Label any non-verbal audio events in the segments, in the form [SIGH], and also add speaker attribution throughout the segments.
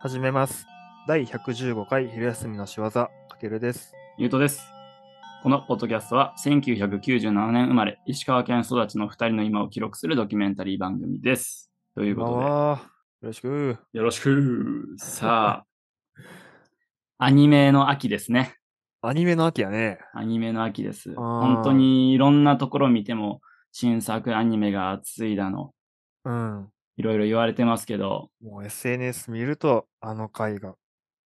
Speaker 1: 始めます。第115回昼休みの仕業、かけるです。
Speaker 2: ゆうとです。このポッドキャストは1997年生まれ、石川県育ちの2人の今を記録するドキュメンタリー番組です。という
Speaker 1: 今
Speaker 2: ことで、
Speaker 1: は、よろしく。
Speaker 2: よろしくさ [LAUGHS] あ、アニメの秋ですね。
Speaker 1: アニメの秋やね。
Speaker 2: アニメの秋です。
Speaker 1: ー
Speaker 2: 本当にいろんなところ見ても、新作アニメが熱いだの、
Speaker 1: うん。
Speaker 2: いろいろ言われてますけど、
Speaker 1: もう SNS 見ると、あの回が、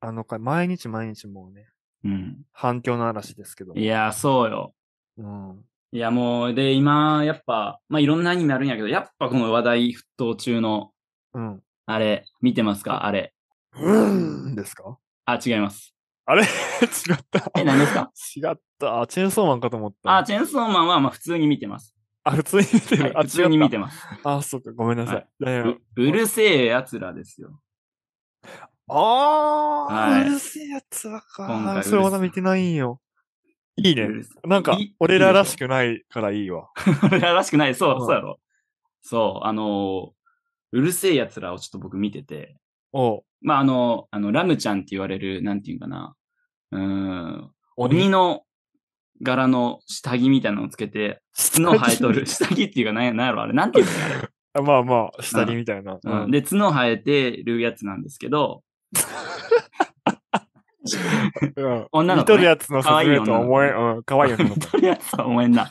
Speaker 1: あの回、毎日毎日もうね、
Speaker 2: うん。
Speaker 1: 反響の嵐ですけど。
Speaker 2: いや、そうよ。
Speaker 1: うん。
Speaker 2: いや、もう、で、今、やっぱ、まあ、いろんなアニメあるんやけど、やっぱこの話題沸騰中の、
Speaker 1: うん。
Speaker 2: あれ、見てますかあれ。
Speaker 1: うーんですか
Speaker 2: あ、違い
Speaker 1: [LAUGHS]
Speaker 2: ます。
Speaker 1: あれ違った。
Speaker 2: え何ですか
Speaker 1: 違った。あチェーンソーマンかと思った。
Speaker 2: あ、チェーンソーマンはまあ普通に見てます。
Speaker 1: あ普通に見て
Speaker 2: は
Speaker 1: る。
Speaker 2: い
Speaker 1: あ、
Speaker 2: 普通に見て
Speaker 1: ま
Speaker 2: ます。
Speaker 1: す。あ、そっか。ごめんなさ。
Speaker 2: はい
Speaker 1: だよ
Speaker 2: ううるせえ奴らですよ。
Speaker 1: ああ、
Speaker 2: はいう
Speaker 1: るせえやつだ
Speaker 2: 今回う
Speaker 1: か。
Speaker 2: るせえ
Speaker 1: それまだ見てないんよ。いいうね。
Speaker 2: るせ
Speaker 1: なんか
Speaker 2: いい、
Speaker 1: 俺ららしくないからいいわ。
Speaker 2: [LAUGHS] 俺ららしくない。そう
Speaker 1: う、ん
Speaker 2: そうやろ。そう、あのーうるせえ奴らをちょっと僕見てて、
Speaker 1: おう
Speaker 2: まああの、あの、ラムちゃんって言われる、なんていうんかな、うーん、鬼
Speaker 1: 鬼
Speaker 2: の柄の下着みたいなのをつけて、角生えとる。下着っていうかなんやなんやろ、あれ。なんていうんだろう
Speaker 1: あ [LAUGHS] まあまあ、下着みたいな。
Speaker 2: あれ。
Speaker 1: う
Speaker 2: うんん、で、角生えてるやつなんです
Speaker 1: [LAUGHS]
Speaker 2: けど、
Speaker 1: うん
Speaker 2: 女の
Speaker 1: 見
Speaker 2: 子
Speaker 1: と
Speaker 2: ね
Speaker 1: るやつの説明とは思え、
Speaker 2: 可
Speaker 1: うん、可愛いよ。
Speaker 2: [LAUGHS] とりあえずは思えんな。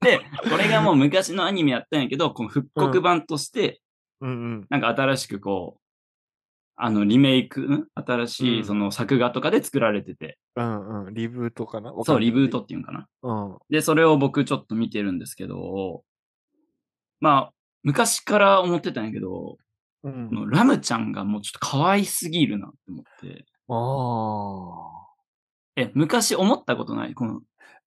Speaker 2: で、これがもう昔のアニメやったんやけど、この復刻版として、
Speaker 1: うんうん。
Speaker 2: なんか新しくこう、あの、リメイク、ん新し
Speaker 1: う
Speaker 2: い
Speaker 1: ん
Speaker 2: その作画とかで作られてて、
Speaker 1: うんうん。リブートかな
Speaker 2: そう、リブート。っていうんかな。
Speaker 1: わかんない
Speaker 2: で、それを僕ちょっと見てるんですけど、まあ、昔から思ってたんやけど、
Speaker 1: うん。う
Speaker 2: こ
Speaker 1: ん。
Speaker 2: のラムちゃんがもうちょっと可愛すぎるなって思って、
Speaker 1: ああ。
Speaker 2: え、昔思ったことないこの、い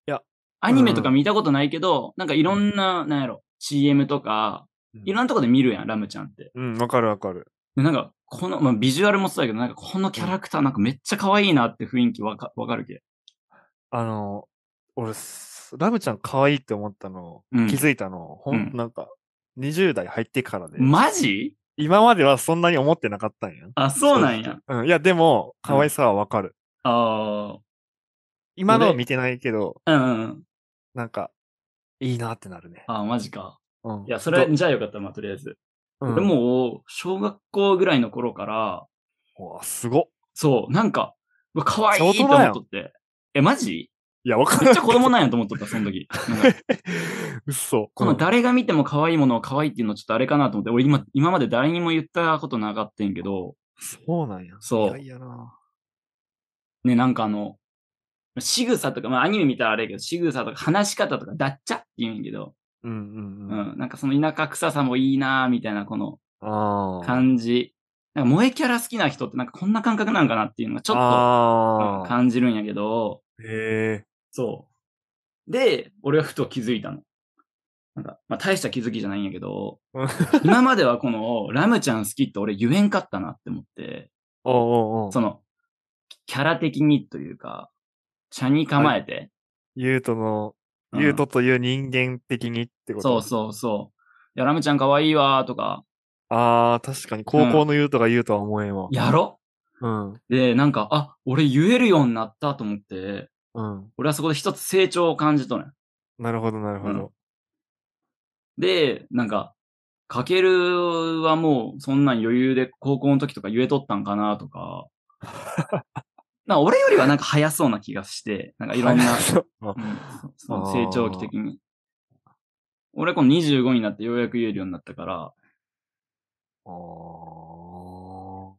Speaker 1: や、
Speaker 2: アニメとか見たことないけど、なんかいろんな、なんやろ、CM とか、いろんなとこで見るやん、ラムちゃんって。
Speaker 1: うん、わかるわかる。
Speaker 2: でなんか、この、まあ、ビジュアルもそうだけど、なんかこのキャラクターなんかめっちゃ可愛いなって雰囲気わかわかるけ。
Speaker 1: あの、俺、すラムちゃん可愛いって思ったの、
Speaker 2: うん
Speaker 1: 気づいたの、ほん
Speaker 2: うん
Speaker 1: なんか、20代入ってからで、
Speaker 2: マジ
Speaker 1: 今まではそんなに思ってなかったんや。
Speaker 2: あ、そうなんや。
Speaker 1: うん。いや、でも、可愛さはわかる。
Speaker 2: あ
Speaker 1: 今のは
Speaker 2: 俺
Speaker 1: 見てないけど、
Speaker 2: あ、うんうんうん。
Speaker 1: なんか、いいなってなるね。
Speaker 2: ああ、マジか。
Speaker 1: うん。
Speaker 2: いや、それ、じゃあよかった、まあ、とりあえず。
Speaker 1: う
Speaker 2: 俺
Speaker 1: ん、
Speaker 2: も、小学校ぐらいの頃から、
Speaker 1: うわ、すごっ。
Speaker 2: そう、なんか、うわ可愛いと思っとって。え、マジ
Speaker 1: いや、わか
Speaker 2: めっ
Speaker 1: る
Speaker 2: ちゃ。子供なんやと思っとった、その時。なんか
Speaker 1: [LAUGHS] 嘘。
Speaker 2: この誰が見ても可愛いものを可愛いっていうのはちょっとあれかなと思って、俺今、今まで誰にも言ったことなかったんやけど、
Speaker 1: そうなんや。
Speaker 2: そう
Speaker 1: いやいやな。
Speaker 2: ね、なんかあの、仕草とか、まあアニメ見たらあれやけど、仕草とか話し方とか、だっちゃって言うんやけど、
Speaker 1: うん
Speaker 2: う
Speaker 1: うんうん。
Speaker 2: ん、なんかその田舎臭さもいいなぁ、みたいなこの
Speaker 1: ああ。
Speaker 2: 感じ。なんか萌えキャラ好きな人ってなんかこんな感覚なんかなっていうのがちょっとうん
Speaker 1: ああ。
Speaker 2: 感じるんやけど、
Speaker 1: へえ。
Speaker 2: そう。で、俺はふと気づいたの。なんか、まあ大した気づきじゃないんやけど
Speaker 1: うん、
Speaker 2: 今まではこのラムちゃん好きって俺言えんかったなって思って、
Speaker 1: おうおうおう。
Speaker 2: その、キャラ的にというか、茶に構えて、
Speaker 1: ゆうとの、
Speaker 2: うん
Speaker 1: ゆうとという人間的にってこと。
Speaker 2: そうそうそう。いや、ラムちゃん可愛いわーとか、
Speaker 1: ああ、確かに。高校のゆうとがゆうとは思えんわ。
Speaker 2: やろ
Speaker 1: うん。
Speaker 2: で、なんか、あ、俺言えるようになったと思って、
Speaker 1: うん。
Speaker 2: 俺はそこで一つ成長を感じとる。
Speaker 1: なるほど、なるほど。
Speaker 2: で、なんか、かけるはもうそんなん余裕で高校の時とか言えとったんかなとか、なんか俺よりはなんか早そうな気がして、なんかいろ
Speaker 1: [LAUGHS]
Speaker 2: んな、
Speaker 1: うん
Speaker 2: うんそその成長期的に。俺この25になってようやく言えるようになったから、
Speaker 1: あー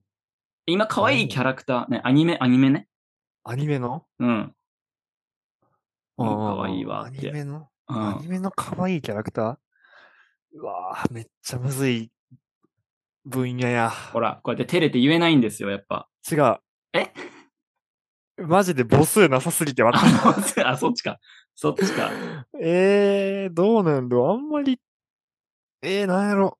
Speaker 2: 今可愛いキャラクター、ね、アニメ、アニメね。
Speaker 1: アニメの
Speaker 2: うん。
Speaker 1: あー
Speaker 2: 可愛いわっ
Speaker 1: ア
Speaker 2: て
Speaker 1: ニメの、
Speaker 2: う
Speaker 1: アニ
Speaker 2: ん。
Speaker 1: メの可愛いキャラクターうわぁ、めっちゃむずい分野や。
Speaker 2: ほら、こうやって照れて言えないんですよ、やっぱ。
Speaker 1: 違う。
Speaker 2: え
Speaker 1: マジで母数なさすぎてわかんな
Speaker 2: [LAUGHS]
Speaker 1: い。
Speaker 2: あ、そうあそっちか。そっちか。
Speaker 1: えー、どうなんだあんまり、えー、なんやろ。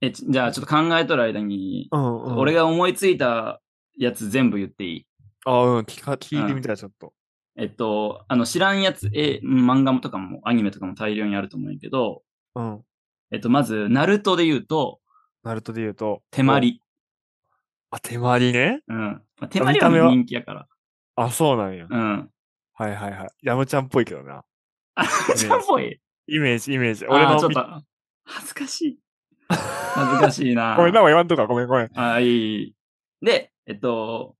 Speaker 2: え、ちじゃあちょっと考えとる間に、
Speaker 1: うん、うん。
Speaker 2: 俺が思いついたやつ全部言っていい
Speaker 1: あ、うん、聞か、聞いてみたらちょっと。
Speaker 2: えっと、あの、知らんやつ、え、うん漫画もとかも、アニメとかも大量にあると思うんやけど、
Speaker 1: うん。
Speaker 2: えっと、まず、ナルトで言うと、
Speaker 1: ナルトで言うと。
Speaker 2: 手まり。
Speaker 1: あ、手回りね。
Speaker 2: うん。まあ手まりはね
Speaker 1: 見た目は
Speaker 2: 人気やから。
Speaker 1: あ、そうなんや。
Speaker 2: うん。
Speaker 1: はいはいはい。ヤムちゃんっぽいけど
Speaker 2: [LAUGHS]
Speaker 1: な。
Speaker 2: あ、ちゃんっぽい。
Speaker 1: イメージ、イメージ。俺
Speaker 2: あー、ち
Speaker 1: の
Speaker 2: ょっ
Speaker 1: み、
Speaker 2: と、恥ずかしい。恥ずかしいな。
Speaker 1: ごめん、なんか言わんとか、ごめん、ごめん。
Speaker 2: あーいい。で、えっと、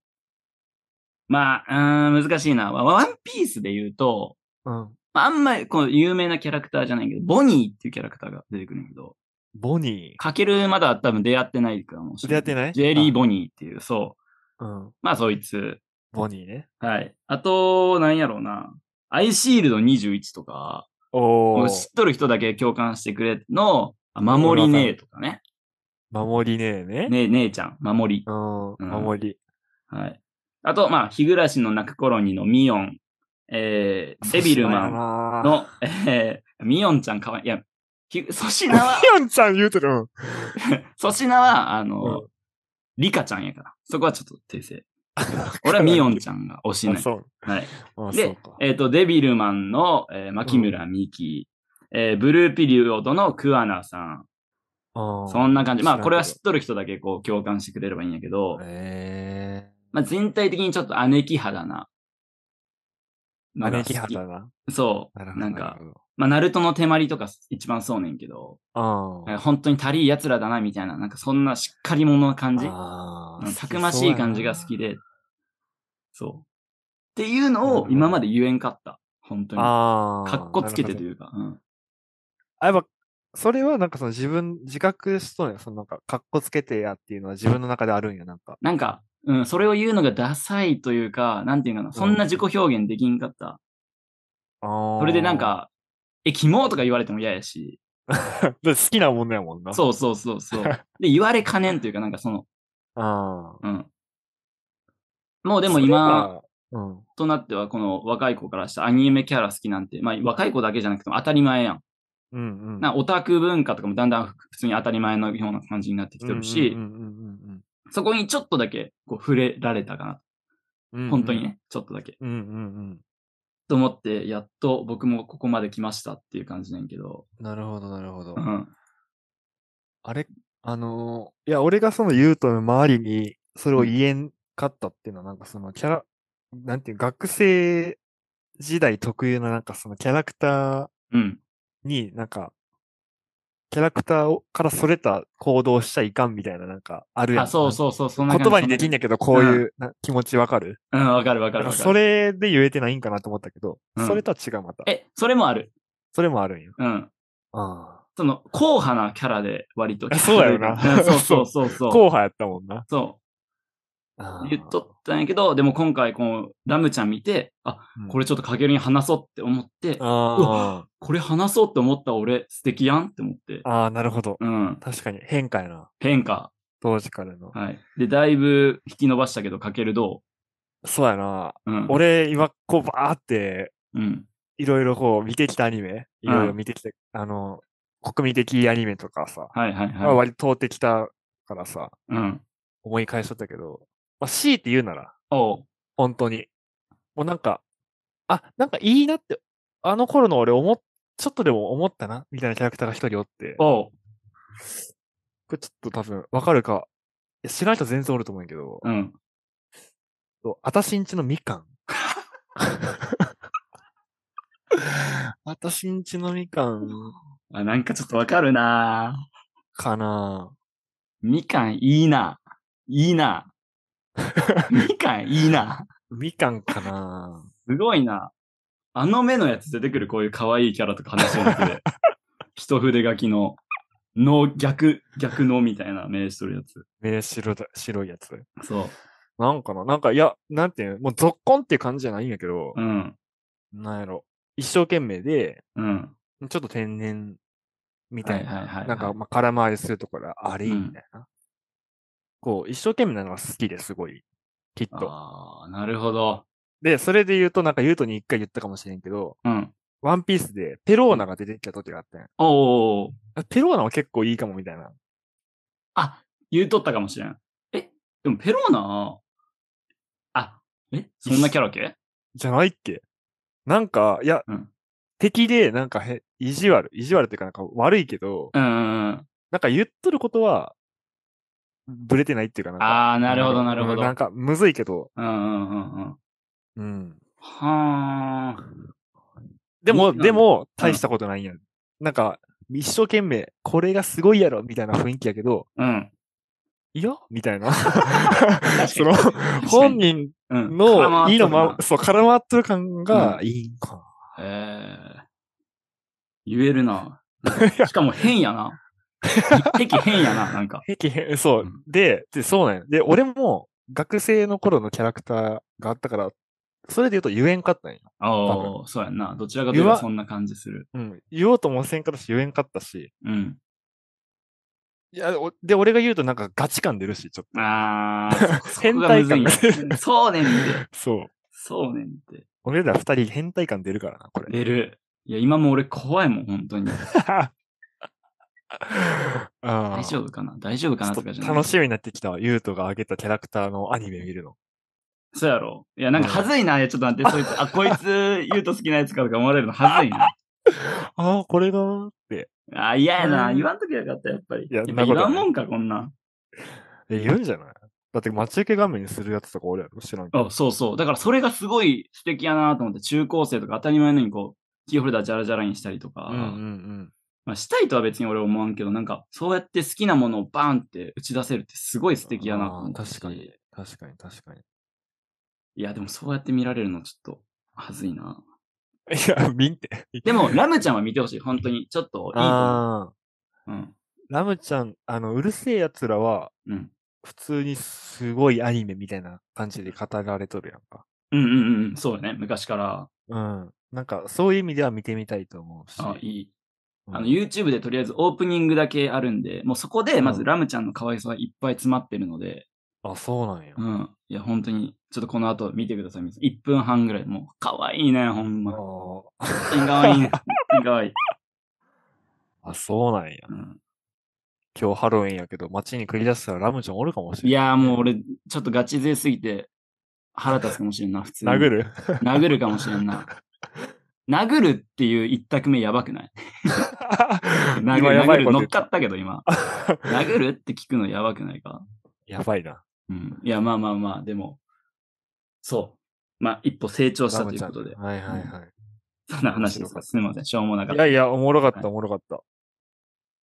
Speaker 2: まあ、うーん難しいな。まあワンピースで言うと、
Speaker 1: うん。
Speaker 2: まあ、あんまりこの有名なキャラクターじゃないけど、ボニーっていうキャラクターが出てくるんだけど、
Speaker 1: ボニ
Speaker 2: かけるまだ多分出会ってないかもし
Speaker 1: ー。
Speaker 2: れ
Speaker 1: 出
Speaker 2: な
Speaker 1: 会
Speaker 2: い。
Speaker 1: ってない
Speaker 2: ジェリー・ボニーっていう、そう。
Speaker 1: あうん。
Speaker 2: まあ、そいつ。
Speaker 1: ボニーね。
Speaker 2: はい。あと、なんやろうな。アイシールド21とか、
Speaker 1: お
Speaker 2: もう
Speaker 1: ー
Speaker 2: 知。っとる人だけ共感してくれの、あ守りねえとかね。
Speaker 1: 守りねえね。
Speaker 2: ねえ、姉ちゃん、守り。
Speaker 1: うん。
Speaker 2: ん
Speaker 1: 守り。
Speaker 2: はい。あと、まあ、日暮らしの泣く頃にのミオン、えー、デビルマン
Speaker 1: ン
Speaker 2: の、えー、ミオンちゃんかわいい。いや、ひ粗品
Speaker 1: [LAUGHS]
Speaker 2: は、
Speaker 1: ピヨンちゃん言うてる。うん
Speaker 2: 粗品は、あの、
Speaker 1: うん
Speaker 2: リカちゃんやから。そこはちょっと訂正。俺はミヨンちゃんが推し
Speaker 1: あ、
Speaker 2: ね。
Speaker 1: そう。
Speaker 2: はい。
Speaker 1: あ、そう
Speaker 2: で
Speaker 1: か、。
Speaker 2: えっ、と、デビルマンの、えー、牧村美希、えー、ブルーピリオドのクアナさん。
Speaker 1: うん
Speaker 2: そんな感じ。ま
Speaker 1: 知らん
Speaker 2: あ、
Speaker 1: けど
Speaker 2: これは知っとる人だけこう共感してくれればいいんやけど、
Speaker 1: え
Speaker 2: まあ、全体的にちょっと姉貴肌な。
Speaker 1: えー。姉貴
Speaker 2: 肌
Speaker 1: 肌な。
Speaker 2: そう。
Speaker 1: なる
Speaker 2: な
Speaker 1: ほど。
Speaker 2: んか、まあ、ナルトの手まりとか一番そうねんけど、
Speaker 1: うん。
Speaker 2: なんか本当に足りい奴らだな、みたいな、なんかそんなしっかり者な感じ、
Speaker 1: あー
Speaker 2: うんたくましい感じが好き。で、そう。っていう
Speaker 1: なる
Speaker 2: の
Speaker 1: ほ
Speaker 2: を
Speaker 1: ど
Speaker 2: 今まで言えんかった。本当に。か
Speaker 1: ああ。
Speaker 2: っこつけてと
Speaker 1: る。
Speaker 2: いうか、うん。
Speaker 1: あ、やっぱ、それはなんかその自分、自覚しとね、そのなんか、かっこつけてやっていうのは自分の中であるんや、なんか。
Speaker 2: なんか、うん、それを言うのがダサいというか、なんていうかな、そんな自己表現できんかった。
Speaker 1: そ
Speaker 2: それでな
Speaker 1: [LAUGHS]
Speaker 2: ん、か、え、キモとか言われても嫌やし、
Speaker 1: だって好きなもんだやもんな。う。
Speaker 2: そうそうそう
Speaker 1: [LAUGHS]
Speaker 2: そう。で、言われかねんというか、なんかその、
Speaker 1: ああ。
Speaker 2: うん。もうでも今
Speaker 1: それは、うん。
Speaker 2: となっては、この若い子からしたアニメキャラ好きなんて、まあ若い子だけじゃなくても当たり前やん。
Speaker 1: うんうん。
Speaker 2: なオタク文化とかもだんだん普通に当たり前のような感じになってきてるし、
Speaker 1: うんうんうん
Speaker 2: そこにちょっとだけこう触れられたかな。
Speaker 1: うんうん。
Speaker 2: 本当にね、ちょっとだけ。
Speaker 1: うんうんうん。
Speaker 2: と思って、やっと僕もここまで来ましたっていう感じなんやけど。
Speaker 1: なるほど、なるほど
Speaker 2: う。ん。
Speaker 1: あれ、あのーいや、俺がそのユウトの周りにそれを言えんかったっていうのは、なんかそのキャラ、なんていう、学生時代特有のなんかそのキャラクター
Speaker 2: うん。
Speaker 1: に、なんか、キャラクターをからそれた行動しちゃいかんみたいな、なんか、あるやん。
Speaker 2: あ、そう
Speaker 1: う。
Speaker 2: そうそう、そんな
Speaker 1: 言
Speaker 2: 感
Speaker 1: 葉
Speaker 2: じ。
Speaker 1: にできん
Speaker 2: ね
Speaker 1: やけど、こういうな気持ちわかる
Speaker 2: うん、わかるわか
Speaker 1: だか
Speaker 2: るわ
Speaker 1: ら
Speaker 2: かる。
Speaker 1: それで言えてないんかなと思ったけど、
Speaker 2: うん
Speaker 1: それとは違うまた。
Speaker 2: え、それもある。
Speaker 1: それもあるんよ。
Speaker 2: うん。
Speaker 1: あ
Speaker 2: その、硬派なキャラで割と。
Speaker 1: いや [LAUGHS] そうやよな
Speaker 2: うんそうそうそう
Speaker 1: あ。
Speaker 2: そう。
Speaker 1: 後派やったもんな。
Speaker 2: そ
Speaker 1: あ
Speaker 2: う。
Speaker 1: ー
Speaker 2: 言っとったんやけど、でも今回このラムちゃん見て、あ、これ、ちょっとかけるに話そうって思って、
Speaker 1: うんあ
Speaker 2: これ話そうって思った俺素敵やんって思って
Speaker 1: ー。あー、なるほど。
Speaker 2: うん。
Speaker 1: 確かに変化やな。
Speaker 2: 変化。
Speaker 1: 当時からの。
Speaker 2: はい。で、だいぶ引き伸ばしたけど、かけるど
Speaker 1: そうやな。
Speaker 2: ううん。。
Speaker 1: 俺、今、こう、ばーって、
Speaker 2: うん。
Speaker 1: いろいろこう、見てきたアニメ、いろいろ見てきた、あの、国民的アニメとかさ、
Speaker 2: はいはい
Speaker 1: まあ
Speaker 2: はい。
Speaker 1: 割と通ってきたからさ、
Speaker 2: うん。
Speaker 1: 思い返しとったけど、まあ、強いて言うなら、
Speaker 2: おう。
Speaker 1: 本当に。もうなんか、あ、なんかいいなって、あの頃の俺思っ、ちょっとでも思ったな、みたいなキャラクターが一人おって、こ
Speaker 2: おう。
Speaker 1: れちょっと多分、わかるか、いや知らん人全然おると思うんやけど、
Speaker 2: うん。
Speaker 1: そうあたしんちのみかん。あたしんちのみかん
Speaker 2: あ、なんかちょっとわかるなぁ
Speaker 1: かな
Speaker 2: みかんいいな。いいな。みかんいいな。
Speaker 1: みかんかな
Speaker 2: すごいな。あの目のやつ出てくるこういう可愛いキャラとか話の中 [LAUGHS] で。一筆書きの、の、逆、逆のみたいな名しとるやつ。
Speaker 1: 目白だ、白いやつ。
Speaker 2: そ
Speaker 1: なんかななんか、いや、なんていうのもう続婚っていう感じじゃないんやけど
Speaker 2: う。う、ん。
Speaker 1: なんやろ。一生懸命で、
Speaker 2: うん。
Speaker 1: ちょっと天然みたいな。
Speaker 2: はいはいはいはい
Speaker 1: なんか、まあ、空回りするところあれ、みたいな。こう、一生懸命なのが好きですごい。きっと。
Speaker 2: ああ、なるほど。
Speaker 1: で、それで言うと、なんか、ゆうとに一回言ったかもしれんけど、
Speaker 2: うん。
Speaker 1: ワンピースでペローナが出てきた時があったんや
Speaker 2: おうおうおう
Speaker 1: あペローナは結構いいかもみたいな。
Speaker 2: あ、言うとったかもしれん。え、でもペローナあ、え、そんなキャラ系
Speaker 1: じゃないっけなんか、いや、
Speaker 2: うん
Speaker 1: 敵でなんかへ意地悪、意地悪っていうかなんか悪いけど、
Speaker 2: うんうんうん。
Speaker 1: なんか言っとることは、ブレてないっていうかなんか。
Speaker 2: ああ、なるほど、なるほど。う
Speaker 1: なん
Speaker 2: ん
Speaker 1: か、むずいけど、
Speaker 2: うんうんうん。
Speaker 1: うん。
Speaker 2: はあ。
Speaker 1: でも、
Speaker 2: いいな
Speaker 1: でも、大したことないんや。なんか、一生懸命、これがすごいやろみたいな雰囲気やけど、
Speaker 2: うん。
Speaker 1: いやみたいな。
Speaker 2: かに
Speaker 1: その、
Speaker 2: 確かに
Speaker 1: 本人
Speaker 2: うん。
Speaker 1: の、いいの
Speaker 2: ま
Speaker 1: ま、そう、空回ってる感がいいんか
Speaker 2: ええ言えるな。
Speaker 1: な。いや
Speaker 2: しかも変やな。一匹変やな、なんか。。
Speaker 1: 平気平気そううんで、で、そうなんや。で、俺も学生の頃のキャラクターがあったから、それで言うと言えんかったんや。
Speaker 2: おお、そうやんな。どちらかといえばそんな感じする。
Speaker 1: うん。言おうともせんかったし、言えんかったし。
Speaker 2: うん。
Speaker 1: いや、おで、俺が言うとなんかガチ感出るし、ちょっ [LAUGHS]
Speaker 2: ああ、そ
Speaker 1: 変
Speaker 2: こが
Speaker 1: 態
Speaker 2: むずいん
Speaker 1: 感
Speaker 2: や
Speaker 1: が
Speaker 2: そうねんって。
Speaker 1: と。そう。
Speaker 2: そうねんって。
Speaker 1: 俺ら二人変態感出るからな、これ。
Speaker 2: 出る。いや、今も俺怖いもん、本当に。
Speaker 1: [LAUGHS] ああ。
Speaker 2: 大丈夫かな大丈夫かなとかじ
Speaker 1: ちょ
Speaker 2: ゃ
Speaker 1: っと
Speaker 2: ない。
Speaker 1: 楽しみになってきたわ。ゆうとが挙げたキャラクターのアニメ見るの。
Speaker 2: そうやろ。いや、なんかはずいな。いやちょっと待って、そいつ、あ、こいつ、言うと好きなやつかとか思われるのはずいな。
Speaker 1: ああ、これがって。
Speaker 2: [LAUGHS] あ、嫌やな。
Speaker 1: うん
Speaker 2: 言わんときゃよかった、やっぱり。
Speaker 1: いや
Speaker 2: っぱ
Speaker 1: そんなこ
Speaker 2: 言
Speaker 1: とない
Speaker 2: わんもんか、こんなん。
Speaker 1: え、言うんじゃないだって待ち受け画面にするやつとか俺ら知らんけど。
Speaker 2: あ、そうそう。だからそれがすごい素敵やなと思って、中高生とか当たり前のようにこう、キーホルダージャラジャラにしたりとか、
Speaker 1: うんうん
Speaker 2: まあ、したいとは別に俺は思わんけど、なんかそうやって好きなものをバーンって打ち出せるってすごい素敵やなと思ったし
Speaker 1: あー確かに。うん。確かに確かに。
Speaker 2: いや、でもそうやって見られるのちょっと、はずいな。
Speaker 1: いや、見んて。
Speaker 2: でも、ラムちゃんは見てほしい。本当に。ちょっと、いいと思う。
Speaker 1: ああ。
Speaker 2: うん。
Speaker 1: ラムちゃん、あの、うるせえ奴らは、
Speaker 2: うん。
Speaker 1: 普通にすごいアニメみたいな感じで語られとるやんか。
Speaker 2: うんうんうんうん。そうよね。昔から。
Speaker 1: うん。なんか、そういう意味では見てみたいと思うし。
Speaker 2: あ、いい。
Speaker 1: うん
Speaker 2: あの、YouTube でとりあえずオープニングだけあるんで、もうそこでま
Speaker 1: う
Speaker 2: ず
Speaker 1: ん
Speaker 2: ラムちゃんの可愛さがいっぱい詰まってるので、
Speaker 1: あ、そうなんや。
Speaker 2: うん。いや、本当に、ちょっとこの後見てください。1分半ぐらい。もう、かわいいね、ほんま。本
Speaker 1: あ
Speaker 2: 当にかわい
Speaker 1: [LAUGHS]
Speaker 2: いね。本当にかわいい。
Speaker 1: ーあ、そうなんや。
Speaker 2: うん、
Speaker 1: 今日ハロウィンやけど、街に繰り出したらラムちゃんおるかもしれん。
Speaker 2: いやー、もう俺、ちょっとガチ勢すぎて、腹立つかもしれんな、普通に。
Speaker 1: 殴る
Speaker 2: 殴るかもしれん
Speaker 1: [LAUGHS]
Speaker 2: な。殴るっていう一択目やばくない殴る、
Speaker 1: [LAUGHS] 今やばいこ
Speaker 2: 殴る、
Speaker 1: と
Speaker 2: 乗
Speaker 1: 言
Speaker 2: っ
Speaker 1: っ
Speaker 2: か
Speaker 1: た。
Speaker 2: ったけど、今。殴るって聞くのやばくないか。
Speaker 1: [LAUGHS] やばいな。
Speaker 2: うん。いや、まあまあまあ、でも、そう。まあ、一歩成長したということで、
Speaker 1: はいはいは
Speaker 2: そんな話です。すみません、しょうもなか
Speaker 1: い。
Speaker 2: っ
Speaker 1: い
Speaker 2: た
Speaker 1: や。いや、おもろかっ
Speaker 2: はい
Speaker 1: た、おもろかった。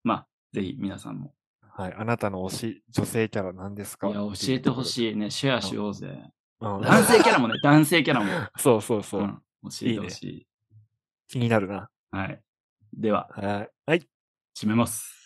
Speaker 2: まあ、ぜひ皆さんも
Speaker 1: はい。あなたの推し、女性キャラ何ですか
Speaker 2: いや、教えてほ
Speaker 1: い
Speaker 2: しいね。シェアしようぜ。
Speaker 1: うことで。
Speaker 2: 男性キャラもね、男性キャラも。
Speaker 1: うん。 [LAUGHS] そうそう [LAUGHS] そうう。
Speaker 2: ん、教えてほしい
Speaker 1: 気になるな。
Speaker 2: はい。では、
Speaker 1: はい。はい。
Speaker 2: 締めます。